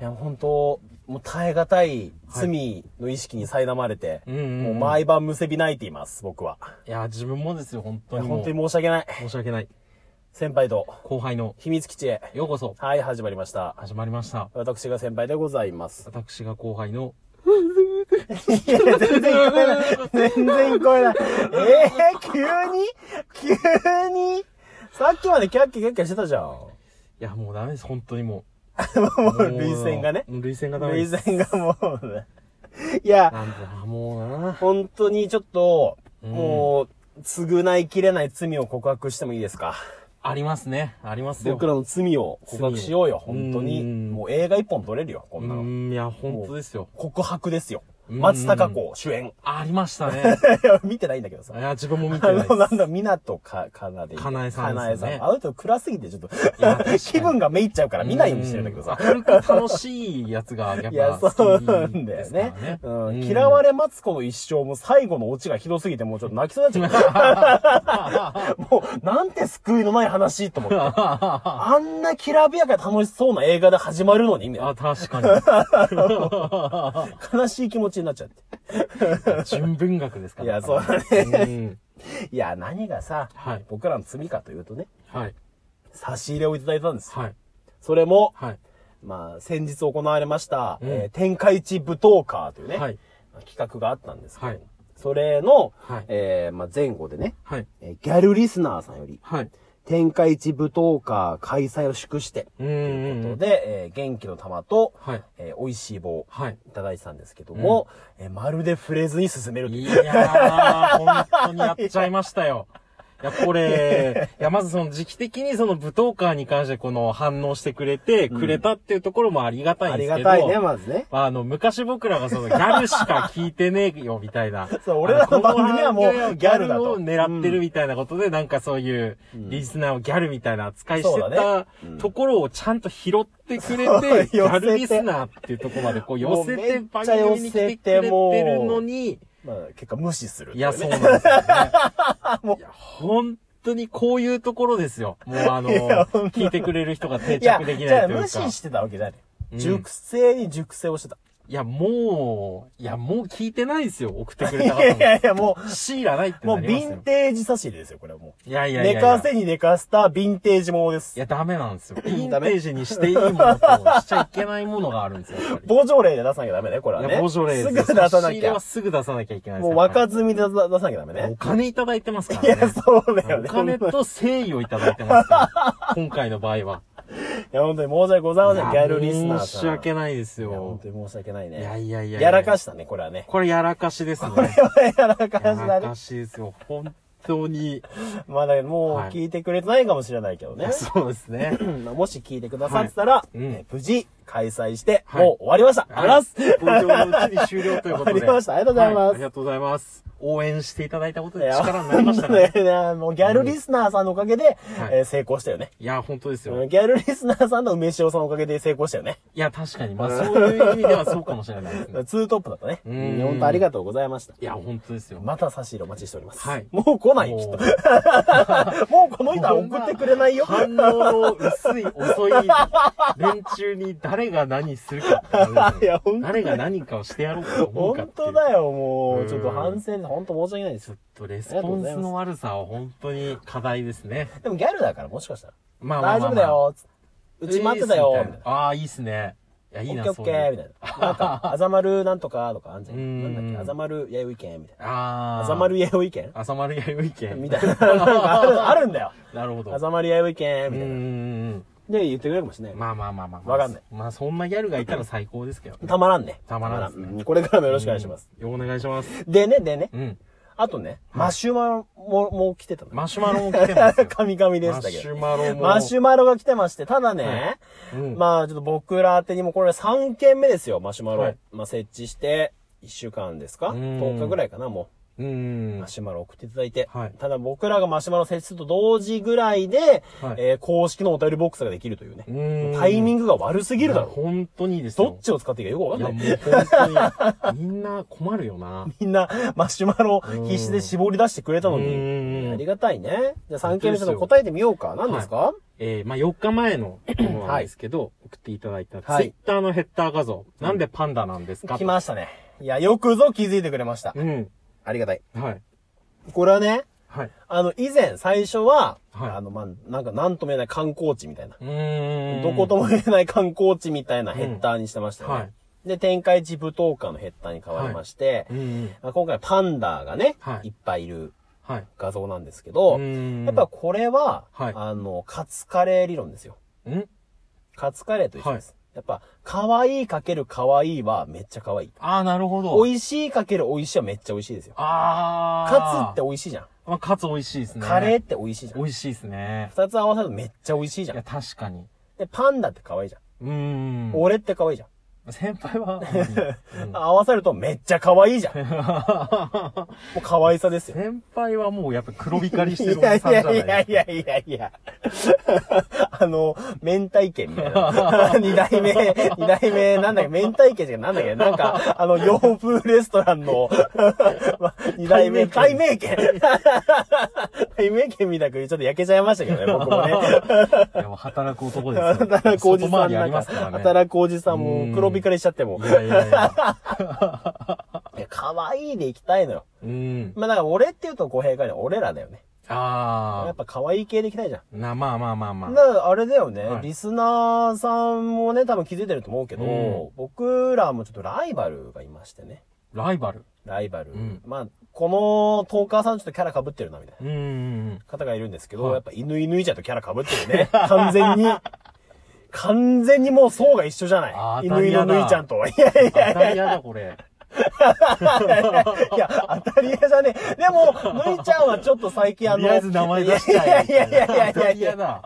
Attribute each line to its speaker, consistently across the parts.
Speaker 1: いや、本当もう耐え難い罪の意識に苛まれて、
Speaker 2: うんうんうん
Speaker 1: もう毎晩むせび泣いています、僕は。
Speaker 2: いや、自分もですよ、本
Speaker 1: い
Speaker 2: 当
Speaker 1: や
Speaker 2: にもう。
Speaker 1: 本当に申し訳ない。
Speaker 2: 申し訳ない。
Speaker 1: 先輩と
Speaker 2: 後輩の、
Speaker 1: 秘密基地へ。
Speaker 2: ようこそ、
Speaker 1: はい、始まりました。
Speaker 2: 始まりました。
Speaker 1: 私が先輩でございます。
Speaker 2: 私が後輩の、
Speaker 1: いや、全然聞こえない。全然聞こえない。ええー、急に急にさっきまでキャッキャキャッキャしてたじゃん。も
Speaker 2: いや、もうダメです、本当にも
Speaker 1: う、
Speaker 2: う。
Speaker 1: 涙腺がね。
Speaker 2: もう涙腺がダメで
Speaker 1: 涙
Speaker 2: す。
Speaker 1: 腺がもうね、いや、
Speaker 2: なんだ、もうな。
Speaker 1: 本当にちょっと、
Speaker 2: うん
Speaker 1: もう、償いきれない罪を告白してもいいですか
Speaker 2: ありますね、ありますよ。
Speaker 1: 僕らの罪を告白しようよ、
Speaker 2: 罪を
Speaker 1: 本当に。
Speaker 2: うん
Speaker 1: もう映画一本撮れるよ、こ
Speaker 2: うん
Speaker 1: なの。
Speaker 2: ーん、いや、本当ですよ。
Speaker 1: 告白ですよ。
Speaker 2: うん
Speaker 1: 松たか子主演。
Speaker 2: ありましたね。
Speaker 1: いや見てないんだけどさ
Speaker 2: い。や、自分も見て
Speaker 1: あ
Speaker 2: ない
Speaker 1: の、
Speaker 2: で
Speaker 1: な
Speaker 2: す。
Speaker 1: んだ、港か、かなで。
Speaker 2: かなえさんですよ
Speaker 1: かな
Speaker 2: ね
Speaker 1: えさん。あの人暗すぎてちょっと
Speaker 2: や確か、に
Speaker 1: 気分がめいっちゃうから見ないようにしてるんだけどさ。
Speaker 2: うん。明るく楽しいやつが、や
Speaker 1: いや、
Speaker 2: っ
Speaker 1: そ
Speaker 2: ぱ
Speaker 1: う
Speaker 2: 好き
Speaker 1: なんだ
Speaker 2: で
Speaker 1: よ
Speaker 2: すから
Speaker 1: ね
Speaker 2: ね。。
Speaker 1: うん、嫌われ松子の一生も最後のオチがひどすぎてもうちょっと泣きそうになっちゃう。もう、なんて救いのない話と思 って。あんなきらびやかで楽しそうな映画で始まるのに、みたい
Speaker 2: あ、
Speaker 1: な
Speaker 2: 確かに。
Speaker 1: 悲しい気持ちになっちゃって。
Speaker 2: 純文学ですから
Speaker 1: いやそうだ
Speaker 2: ね。
Speaker 1: いや、何がさ、
Speaker 2: はい
Speaker 1: 僕らの罪かというとね、
Speaker 2: うんはい。
Speaker 1: 差し入れをいただいたんですよ。
Speaker 2: はい。
Speaker 1: それも、
Speaker 2: はい。
Speaker 1: まあ、先日行われました、
Speaker 2: うん
Speaker 1: えー天下一舞踏家というね、
Speaker 2: はい。
Speaker 1: 企画があったんですけど、
Speaker 2: はい
Speaker 1: それの、
Speaker 2: はい
Speaker 1: えーまあ、前後でね、
Speaker 2: はい。
Speaker 1: えーギャルリスナーさんより、
Speaker 2: はい。
Speaker 1: 天下一舞踏家開催を祝して、
Speaker 2: うんうん。
Speaker 1: といううんことで、えー元気の玉と、
Speaker 2: はい。
Speaker 1: えー美味しい棒、
Speaker 2: はい。
Speaker 1: いただいてたんですけども、えーまるで触れずに進めるという
Speaker 2: いやー、本当にやっちゃいまし たよ。いや、これ、いや、まずその時期的にその舞踏会に関してこの反応してくれて、くれたっていうところもありがたい
Speaker 1: あ
Speaker 2: んで
Speaker 1: り
Speaker 2: す
Speaker 1: が
Speaker 2: けど。
Speaker 1: たいね、まずね。。
Speaker 2: まあ、あの、昔僕らがそのギャルしか聞いてねえよ、みたいな
Speaker 1: そう俺らの番組はもう
Speaker 2: あのこの番組はギャルだとギャルを狙って
Speaker 1: う
Speaker 2: るみたいなことで、なんかそういう、リスナーをギャルみたいな扱いして
Speaker 1: そうだ
Speaker 2: た
Speaker 1: ねうん
Speaker 2: ところをちゃんと拾ってくれて、
Speaker 1: そう
Speaker 2: ギャ
Speaker 1: 寄せて
Speaker 2: ルリスナーっていうところまでこう寄せて
Speaker 1: もうめっ
Speaker 2: 番
Speaker 1: ちゃ
Speaker 2: 組に来てくれてるのに、
Speaker 1: まあ、結果無視するって
Speaker 2: い
Speaker 1: ね、
Speaker 2: うや、そうなんで すよね。いや、本当にこういうところですよ。もうあの、聞いてくれる人が定
Speaker 1: いや
Speaker 2: 着でき
Speaker 1: じゃ
Speaker 2: な
Speaker 1: あ
Speaker 2: いという
Speaker 1: 無
Speaker 2: か
Speaker 1: 視。してたわけじゃない。
Speaker 2: うん
Speaker 1: 熟成に熟成をしてた。
Speaker 2: いや、もう、いや、もう聞いてないですよ。送ってく
Speaker 1: い
Speaker 2: れた方
Speaker 1: やい
Speaker 2: も。
Speaker 1: やいや、も
Speaker 2: シーラないって
Speaker 1: う、も
Speaker 2: な
Speaker 1: うヴ
Speaker 2: りますよ。
Speaker 1: ィンテージ差し入れですよ、これはもう。
Speaker 2: いやいやいやい
Speaker 1: 寝
Speaker 2: や。
Speaker 1: かせに寝かせたヴィンテージものです
Speaker 2: い。や、ダメなんですよ。ヴィンテ
Speaker 1: ダメ
Speaker 2: ージにしていいものとしちゃいけないものがあるんですよ、やっぱり。
Speaker 1: ボジョレーで出さなきゃダメね、これはいね。
Speaker 2: や、ボジョレーです
Speaker 1: すぐ出さな
Speaker 2: 差し入
Speaker 1: き
Speaker 2: れ
Speaker 1: ゃ
Speaker 2: は。すぐ出さなきゃいけないです
Speaker 1: もう
Speaker 2: やっぱ
Speaker 1: 若摘みで出さなきゃダメ
Speaker 2: りお
Speaker 1: ね。
Speaker 2: 金いただいてますか
Speaker 1: い
Speaker 2: ら
Speaker 1: や、
Speaker 2: ね。
Speaker 1: そうだよね。
Speaker 2: お金と誠意をいただいてま すから。今回の場合は。
Speaker 1: いや、本当に申し訳ございません、ギャルリスナーさん。
Speaker 2: 申し訳ないです
Speaker 1: いや本
Speaker 2: よ。
Speaker 1: 当に申し訳ないね。
Speaker 2: いやいやいやいや
Speaker 1: やらかしたね、これはね。
Speaker 2: これやらかしですね。
Speaker 1: やらかし
Speaker 2: や
Speaker 1: だ
Speaker 2: ら
Speaker 1: ね
Speaker 2: か。しですよ。本 当に。
Speaker 1: まあだけど、もう
Speaker 2: はい
Speaker 1: 聞いてくれてないかもしれないけどね。
Speaker 2: そうですね。
Speaker 1: まあもし聞いてくださってたら、
Speaker 2: いうん
Speaker 1: え無事開催して、
Speaker 2: はい
Speaker 1: もう終わりました。ありがとうございます。
Speaker 2: 登場のうちに終了というこ
Speaker 1: わ
Speaker 2: とで。
Speaker 1: かりましたありがとうございます
Speaker 2: はありがとうございます。応援していただいたこと
Speaker 1: い
Speaker 2: で
Speaker 1: や
Speaker 2: 力になりましたね。
Speaker 1: 本当に ねもうギャルリスナーさんのおかげで、
Speaker 2: はい
Speaker 1: えー成功したよね。
Speaker 2: いや、本当ですよ。い
Speaker 1: ギャルリスナーさんの梅塩さんのおかげで成功したよね。
Speaker 2: や、確かに。まあ、そういう意味ではそうかもしれないですね。
Speaker 1: ツートップだったね。
Speaker 2: うん
Speaker 1: 本当ありがとうございました。
Speaker 2: いや、本当ですよ。
Speaker 1: また差し入れお待ちしております。
Speaker 2: はい
Speaker 1: もう来ないよ、きっと。 もうこの人は送ってくれないよ。
Speaker 2: 反応の薄い、遅い連中に誰が何するかっていう の
Speaker 1: いや本当だ
Speaker 2: 誰が何かをしてやろうと思うかっ
Speaker 1: 本
Speaker 2: てい
Speaker 1: 当
Speaker 2: う。
Speaker 1: だよ、も
Speaker 2: う
Speaker 1: う。
Speaker 2: ん
Speaker 1: ちょっと反省、本当申し訳ないです
Speaker 2: ちょっ。とレスポンスの悪さは本当に課題ですね。
Speaker 1: でもギャルだから、もしかしたら。
Speaker 2: まあまあ
Speaker 1: 大
Speaker 2: ま
Speaker 1: 丈夫だ
Speaker 2: あ、まあ。
Speaker 1: よ。うち待ってたよ。みたいな
Speaker 2: ああー、いいっすね。いや、いい
Speaker 1: オッ
Speaker 2: な
Speaker 1: ケー、オ
Speaker 2: そ
Speaker 1: ッ
Speaker 2: うい
Speaker 1: ケ
Speaker 2: う
Speaker 1: ー、みたいな。なん か、あざまるなんとかとかあんじゃ。
Speaker 2: うんん
Speaker 1: なんだっけ、あざまる弥生県みたい
Speaker 2: あ
Speaker 1: な。
Speaker 2: あ。
Speaker 1: あざまる弥生県
Speaker 2: 朝丸弥生県。
Speaker 1: みた いな。なんかある、あるんだよ。
Speaker 2: なるほど。
Speaker 1: あざまる弥生県
Speaker 2: う
Speaker 1: み
Speaker 2: ん
Speaker 1: た
Speaker 2: う
Speaker 1: いな。
Speaker 2: ん
Speaker 1: で、言ってくれるかもしれ
Speaker 2: う
Speaker 1: ない
Speaker 2: ん。
Speaker 1: よ。
Speaker 2: まあまあまあまあ。
Speaker 1: わかんない。
Speaker 2: まあそんなギャルがいたら最高ですけどね。
Speaker 1: たまらんね。
Speaker 2: たまらんですね
Speaker 1: うこれからもよろしくお願いします。
Speaker 2: よろしくお願いします。
Speaker 1: でね、でね。
Speaker 2: うん。
Speaker 1: あとね、マシュマロも、も来てたの。
Speaker 2: マシュマロも来てま すよ。
Speaker 1: カミカミでし
Speaker 2: マ
Speaker 1: た
Speaker 2: シ
Speaker 1: けど
Speaker 2: ュ。マロも。
Speaker 1: マシュマロが来てまして、ただね、
Speaker 2: うん
Speaker 1: まあちょっと僕ら宛てにもこれ3件目ですよ、マシュマロ。
Speaker 2: はい
Speaker 1: まあ設置して、1週間ですか
Speaker 2: うん
Speaker 1: ?10 日ぐらいかな、も
Speaker 2: うん
Speaker 1: う。マ。シュマロ送っていただいて。
Speaker 2: はい
Speaker 1: ただ僕らがマシュマロ設置すると同時ぐらいで、
Speaker 2: はい
Speaker 1: えー公式のお便りボックスができるというね。
Speaker 2: うん
Speaker 1: タイミングが悪すぎるだ
Speaker 2: いや
Speaker 1: ろ。
Speaker 2: 本当にいいですよ。
Speaker 1: どっちを使っていいかよくわ
Speaker 2: い
Speaker 1: か
Speaker 2: や、
Speaker 1: ん
Speaker 2: も
Speaker 1: ない。
Speaker 2: う本当に。みんな困る よな。
Speaker 1: みんな、マシュマロ
Speaker 2: うん
Speaker 1: 必死で絞り出してくれたの
Speaker 2: う
Speaker 1: に。
Speaker 2: ん
Speaker 1: ありがたいね。じゃあ3件目ちょっと
Speaker 2: 本当ですよ
Speaker 1: 答えてみようか。何ですか、
Speaker 2: えー、まあ、4日前 のものなんですけど、送っていただいた、ツイ
Speaker 1: はい
Speaker 2: ッターのヘッダー画像、なんでパンダなんですか
Speaker 1: 来ましたね。いや、よくぞ気づいてくれました。
Speaker 2: うん。
Speaker 1: ありがたい。
Speaker 2: はい。
Speaker 1: これはね、
Speaker 2: はい。
Speaker 1: あの、以前、最初は、
Speaker 2: はい
Speaker 1: あの、まあ、なんか、なんとも言えない観光地みたいな。
Speaker 2: うーん。
Speaker 1: どことも言えない観光地みたいなヘッダーにしてましたよね。
Speaker 2: うんはい
Speaker 1: で、展開地舞踏家のヘッダーに変わりまして、
Speaker 2: うんうん。
Speaker 1: まあ、今回パンダがね、
Speaker 2: はい
Speaker 1: い、っぱいいる
Speaker 2: はい。
Speaker 1: 画像なんですけど、
Speaker 2: ん
Speaker 1: やっぱ、これは、
Speaker 2: はい
Speaker 1: あの、カツカレー理論ですよ。
Speaker 2: うん
Speaker 1: カツカレーと一緒です。やっぱ、可愛いかける可愛いはめっちゃ可愛い。
Speaker 2: ああ、なるほど。い。
Speaker 1: 美味しいかける美味しいはめっちゃ美味しいですよ。
Speaker 2: ああ。
Speaker 1: カツって、美味しいじゃん。
Speaker 2: まあ、カツ美味しいですね。
Speaker 1: カレーって美味しいじゃん。
Speaker 2: 美味しいですね。
Speaker 1: 二つ合わさるとめっちゃ美味しいじゃ
Speaker 2: いや、
Speaker 1: ん。
Speaker 2: 確かに。
Speaker 1: で、パンダって可愛いじゃん。
Speaker 2: うーん。
Speaker 1: 俺って可愛いじゃん。
Speaker 2: 先輩は、うん
Speaker 1: 合わさるとめっちゃ可愛い じゃん。もう可愛さです よ。
Speaker 2: 先輩はもうやっぱ黒光りし
Speaker 1: い
Speaker 2: てるお
Speaker 1: や
Speaker 2: じ
Speaker 1: い
Speaker 2: さんじゃ
Speaker 1: や
Speaker 2: ない
Speaker 1: いやいやいやいや。あの、明太券みたい な。二代目、二代目、なんだっけ、明太券じゃなんだっけ、なんか、あの、洋風レストラン の、ま二代目、
Speaker 2: 対
Speaker 1: 対名券。 対名券みたくちょっと焼けちゃいましたけ どね、僕もね。
Speaker 2: いやもう働く男ですよ。
Speaker 1: 働くおじさ
Speaker 2: 外回
Speaker 1: ん
Speaker 2: りあ
Speaker 1: なん
Speaker 2: り
Speaker 1: か、
Speaker 2: ますからね。
Speaker 1: 働くおじさんも黒光りしちゃっても。
Speaker 2: いやいやいや。
Speaker 1: いや可愛いで行きたいのよ。
Speaker 2: うん。
Speaker 1: まあだから俺って言うと語弊がね、俺らだよね。や
Speaker 2: あ
Speaker 1: っぱ可愛い系で行きたいじゃん。
Speaker 2: あ。な、まあまあまあまあ。
Speaker 1: だからあれだよね、
Speaker 2: はい
Speaker 1: リスナーさんもね、多分気づいてると思うけど、
Speaker 2: うん
Speaker 1: 僕らもちょっとライバルがいましてね。
Speaker 2: ライバル。
Speaker 1: ライバル。
Speaker 2: ん
Speaker 1: まあ、このトーカーさんちょっとキャラ被ってるな、みたいな
Speaker 2: うーん。
Speaker 1: 方がいるんですけど、
Speaker 2: はい
Speaker 1: やっぱ犬犬ちゃんとキャラ被ってるね。 完全に。完全にもう層が一緒じゃ
Speaker 2: あ
Speaker 1: ない
Speaker 2: 当た
Speaker 1: 犬
Speaker 2: り屋
Speaker 1: 犬
Speaker 2: だ
Speaker 1: ぬいちゃんと。いやいや
Speaker 2: 当たり屋だ、これ。
Speaker 1: いや、当たり屋じゃねえ。でも、ぬいちゃんはちょっと最近あ
Speaker 2: と
Speaker 1: の、
Speaker 2: りあえず名前出しちゃえ。
Speaker 1: いやいやいやいやい
Speaker 2: 当た
Speaker 1: やい
Speaker 2: り
Speaker 1: や
Speaker 2: 屋だ。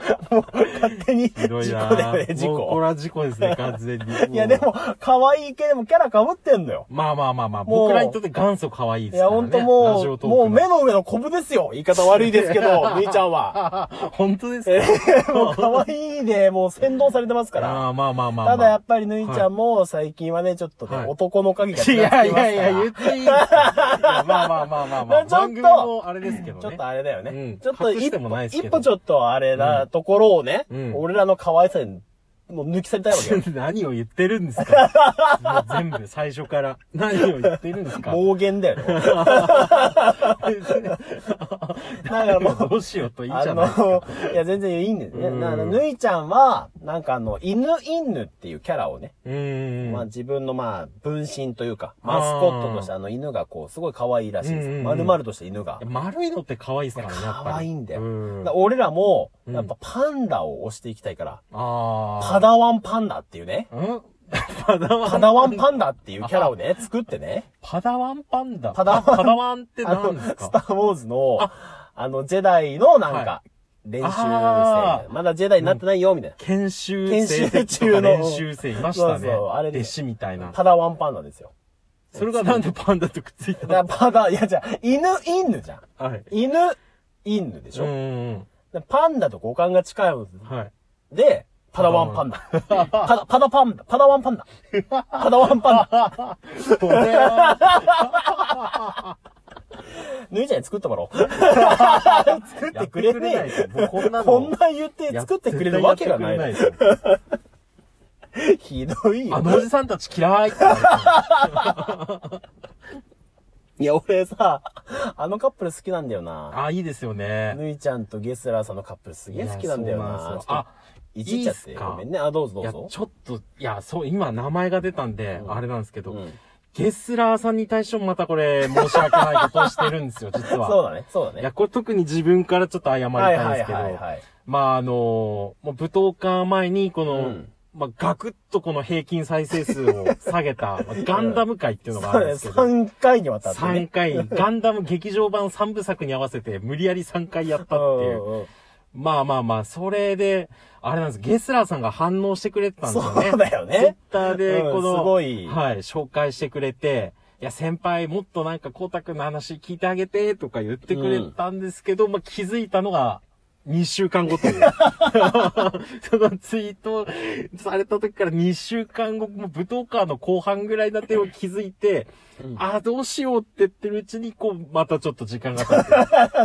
Speaker 1: 勝手に事
Speaker 2: ひど
Speaker 1: 故
Speaker 2: いな
Speaker 1: だよね、事
Speaker 2: もうこ
Speaker 1: 故。
Speaker 2: れは事故ですね、完全に。
Speaker 1: いや、でも、可愛い系でもキャラ被ってんのよ。
Speaker 2: まあまあまあまあ、
Speaker 1: もう
Speaker 2: 僕らにとって元祖可愛い
Speaker 1: い
Speaker 2: です
Speaker 1: や、
Speaker 2: から
Speaker 1: ほ
Speaker 2: ね。
Speaker 1: んと
Speaker 2: ラジオ
Speaker 1: もう、
Speaker 2: トーク
Speaker 1: もう
Speaker 2: の
Speaker 1: 目の上のコブですよ。言い方悪いですけ ど、ぬいちゃんは。
Speaker 2: 本当です
Speaker 1: え
Speaker 2: か
Speaker 1: ーもう可愛いで、もう先導されてますから。
Speaker 2: ああ、まあまあまあ、まあ。
Speaker 1: ただやっぱりぬいちゃんも最近はね、ちょっとね、
Speaker 2: はい
Speaker 1: 男の影が
Speaker 2: い
Speaker 1: ちらつきますから。
Speaker 2: やいやいや、言っていいですかいやまあまあまあまあまあ。
Speaker 1: ちょっと
Speaker 2: 番組もあれですけどね。
Speaker 1: ちょっとあれだよね。
Speaker 2: うん
Speaker 1: ちょっと
Speaker 2: 隠
Speaker 1: 一
Speaker 2: しても
Speaker 1: 歩
Speaker 2: ないです
Speaker 1: 一
Speaker 2: けど
Speaker 1: 歩ちょっとあれなところをね、
Speaker 2: うん
Speaker 1: 俺らの可愛さにもう抜き去りたいわ けよ。
Speaker 2: 何を言ってるんですかもう全部最初から。何を言ってるんですか
Speaker 1: 暴言だよ ね。だからもう。
Speaker 2: どうしようといいじ
Speaker 1: あ
Speaker 2: ゃない。
Speaker 1: の、いや、全然いいんだよね。
Speaker 2: うん
Speaker 1: だから、ぬいちゃんは、なんかあの、犬犬っていうキャラをね、
Speaker 2: うーん。
Speaker 1: まあ
Speaker 2: ま
Speaker 1: 自分のまあ、分身というか、マスコットとしてあの犬がこう、すごい可愛いらしいです
Speaker 2: うんうんう
Speaker 1: よ。
Speaker 2: ん
Speaker 1: 丸々とした犬が。
Speaker 2: 丸いのって可愛いですからね、やっぱり。
Speaker 1: 可愛いんだよ。
Speaker 2: うん
Speaker 1: だから俺らも、
Speaker 2: うん
Speaker 1: やっぱパンダを推していきたいから、
Speaker 2: ああ。
Speaker 1: パダワンパンダっていうね。
Speaker 2: んパダワ
Speaker 1: パ
Speaker 2: ン。
Speaker 1: ダワンパンダっていうキャラをね、作ってね、
Speaker 2: パダワンパンダ。
Speaker 1: パダワン
Speaker 2: パダワンって
Speaker 1: あ
Speaker 2: 何
Speaker 1: の、
Speaker 2: です
Speaker 1: スタ
Speaker 2: か
Speaker 1: ーウォーズの、あの、ジェダイのなん
Speaker 2: は
Speaker 1: か、練習生、
Speaker 2: あー
Speaker 1: まだジェダイになってないよ、みたいな。
Speaker 2: 研修
Speaker 1: 研
Speaker 2: 生
Speaker 1: 修
Speaker 2: 的と
Speaker 1: 中
Speaker 2: か
Speaker 1: の
Speaker 2: 練習生いましたね。
Speaker 1: そうそうあれで
Speaker 2: 弟子みたいな。
Speaker 1: パダワンパンダですよ。
Speaker 2: それがなんでパンダとくっついた
Speaker 1: だ
Speaker 2: の
Speaker 1: からパダ、いや、じゃあ犬、犬じゃん。
Speaker 2: はい。
Speaker 1: 犬、犬でし
Speaker 2: う
Speaker 1: ょ、
Speaker 2: んうん。
Speaker 1: でパンダと五感が近いの
Speaker 2: はい。
Speaker 1: で、パダワンパンダ。パダ、パダパンダ、パダワンパンダ。パダワンパンダ。
Speaker 2: これは、
Speaker 1: ぬいちゃんに作ってもらおう。作ってくれ
Speaker 2: やっ
Speaker 1: ねえ
Speaker 2: てくれない
Speaker 1: よ。
Speaker 2: よもうこんなの
Speaker 1: こんなん言って作ってくれるわけがないの。
Speaker 2: や絶対やってくれないですよ
Speaker 1: ひどいよ。
Speaker 2: あのおじさんたち嫌いって言われてる
Speaker 1: いや、俺さ、あのカップル好きなんだよな。
Speaker 2: あ、いいですよね。
Speaker 1: ぬいちゃんとゲスラーさんのカップルすげえ好きなんだよ
Speaker 2: い
Speaker 1: な
Speaker 2: や。そうなんで
Speaker 1: ちょ
Speaker 2: すよ
Speaker 1: っと
Speaker 2: あ
Speaker 1: いじっちゃっ
Speaker 2: い
Speaker 1: て。
Speaker 2: いっすか
Speaker 1: ごめんね。あ、どうぞ
Speaker 2: い
Speaker 1: ど
Speaker 2: や、
Speaker 1: う
Speaker 2: ち
Speaker 1: ぞ。
Speaker 2: ょっと、いや、そう、今名前が出たんで、あれなんですけど、
Speaker 1: うん
Speaker 2: ゲスラーさんに対してもまたこれ、申し訳ないことをしてるんで すよ、実は。
Speaker 1: そうだね。そうだ
Speaker 2: い
Speaker 1: ね
Speaker 2: や、。これ特に自分からちょっと謝りた
Speaker 1: はい
Speaker 2: いん
Speaker 1: は
Speaker 2: で
Speaker 1: い
Speaker 2: すけど、
Speaker 1: はいはい。
Speaker 2: まああのもう舞踏家前に、この、
Speaker 1: うん
Speaker 2: まあガクッとこの平均再生数を下 げた、まあガンダム界っていうのがあ
Speaker 1: そ
Speaker 2: る
Speaker 1: うんね。
Speaker 2: ですけど、
Speaker 1: 3回にわたってね。
Speaker 2: 3回、ガンダム劇場版3部作に合わせて無理やり3回やったっていうう。
Speaker 1: んうんうん
Speaker 2: まあまあまあ、それで、あれなんです、ゲスラーさんが反応してくれてたんですよね。
Speaker 1: そうだよね
Speaker 2: ツイッターで、
Speaker 1: うん
Speaker 2: この、
Speaker 1: すごい
Speaker 2: はい、紹介してくれて、いや、先輩、もっとなんか、光沢の話聞いてあげて、とか言ってくれたんですけど、まあ気づいたのが、 2週 間後という。そのツイートされた時から2週間後、もう舞踏会の後半ぐらいだって気づいて、
Speaker 1: うん
Speaker 2: ああ、どうしようって言ってるうちに、こう、またちょっと時間が経っ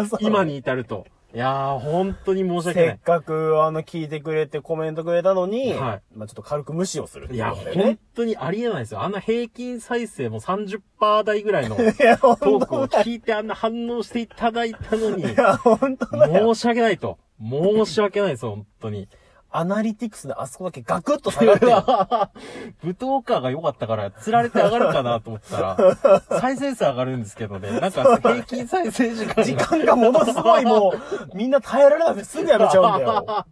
Speaker 2: て、
Speaker 1: そう
Speaker 2: 今に至ると。いやー、本当に申し訳
Speaker 1: せ
Speaker 2: な
Speaker 1: っ
Speaker 2: い。
Speaker 1: かく、あの、聞いてくれて、コメントくれたのに、
Speaker 2: は
Speaker 1: まあちょっと軽く無視をするって
Speaker 2: いうや、
Speaker 1: ことだよね
Speaker 2: 本。当にありえないですよ。あんな平均再生も30%台ぐらいの
Speaker 1: いや、本当
Speaker 2: トークを聞いてあんな反応していただいたのに、
Speaker 1: いや、本当だよ。
Speaker 2: 申し訳ないと。申し訳ないです、本当に。
Speaker 1: アナリティクスであそこだけガクッと下がってる。
Speaker 2: 舞踏家が良かったから、釣られて上がるかなと思った ら、再生数上がるんですけどね、なんか平均再生時間
Speaker 1: 時
Speaker 2: が。
Speaker 1: 間がものすごいもう、みんな耐えられなくてすぐやめちゃうんだよ。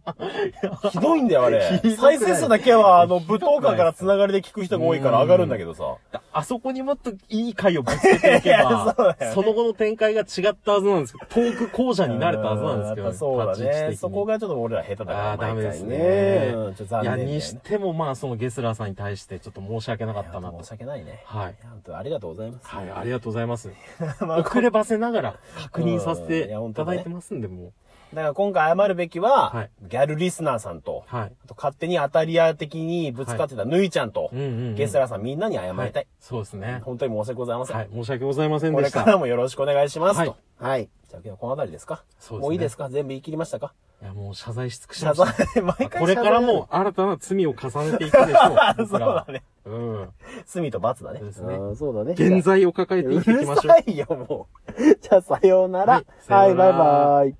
Speaker 1: ひどいんだよ、あれ
Speaker 2: ひど。くな
Speaker 1: 再
Speaker 2: い
Speaker 1: 生数だけは、あの、舞踏館からつながりで聞く人が多いから上がるんだけどさ。
Speaker 2: あそこにもっといい回をぶつけていけ
Speaker 1: いやそう
Speaker 2: ば、
Speaker 1: だよね
Speaker 2: その後の展開が違ったはずなんですけど、トーク講座になれたはずなんですけど、
Speaker 1: やっぱそう
Speaker 2: 立ち位置
Speaker 1: だ
Speaker 2: 的
Speaker 1: ね。
Speaker 2: に
Speaker 1: そこがちょっと俺ら下手だか
Speaker 2: あ
Speaker 1: ら、
Speaker 2: あ、ダメですね。
Speaker 1: うんちょっと残念だよ
Speaker 2: い
Speaker 1: ね。
Speaker 2: や、にしてもまあ、そのゲスラーさんに対してちょっと申し訳なかったなと
Speaker 1: 申し。訳ないね。
Speaker 2: はい。
Speaker 1: 本当ありがとうございます。
Speaker 2: はい、ありがとうございます。
Speaker 1: まあこ
Speaker 2: 遅ればせながら確認させて
Speaker 1: うんいや本
Speaker 2: い
Speaker 1: 当
Speaker 2: た
Speaker 1: だ
Speaker 2: だ
Speaker 1: ね
Speaker 2: いてますんで、も
Speaker 1: だから今回謝るべきは、
Speaker 2: はい
Speaker 1: ギャルリスナーさんと、
Speaker 2: う。はい。
Speaker 1: あと勝手に当たり屋的にぶつかってたぬいちゃんと、
Speaker 2: うんうんうん
Speaker 1: ゲスラーさんみんなに謝り
Speaker 2: は
Speaker 1: たい。。
Speaker 2: そうですね。
Speaker 1: 本当に申し訳ございません。
Speaker 2: はい、申し訳ございません
Speaker 1: こ
Speaker 2: で
Speaker 1: れ
Speaker 2: した。
Speaker 1: からもよろしくお願いします
Speaker 2: はい
Speaker 1: と。はい。じゃあ今日はこのあたりですか
Speaker 2: そうですね
Speaker 1: もういいですか全部言い切りましたか
Speaker 2: いや、もう謝罪し尽くし
Speaker 1: 謝
Speaker 2: ました。
Speaker 1: 罪、毎回謝罪。。
Speaker 2: これからも新たな罪を重ねていくでしょう僕
Speaker 1: そう
Speaker 2: らは
Speaker 1: だね。
Speaker 2: うん。
Speaker 1: 罪と罰だね。
Speaker 2: そうですね
Speaker 1: んそうだね。
Speaker 2: 現在を抱え
Speaker 1: じゃ
Speaker 2: て
Speaker 1: あ
Speaker 2: 生
Speaker 1: う
Speaker 2: きていき
Speaker 1: る
Speaker 2: ましょう
Speaker 1: さ。いよ、もう。じゃあさようなら。
Speaker 2: はいさようなら
Speaker 1: はい、バイバイ。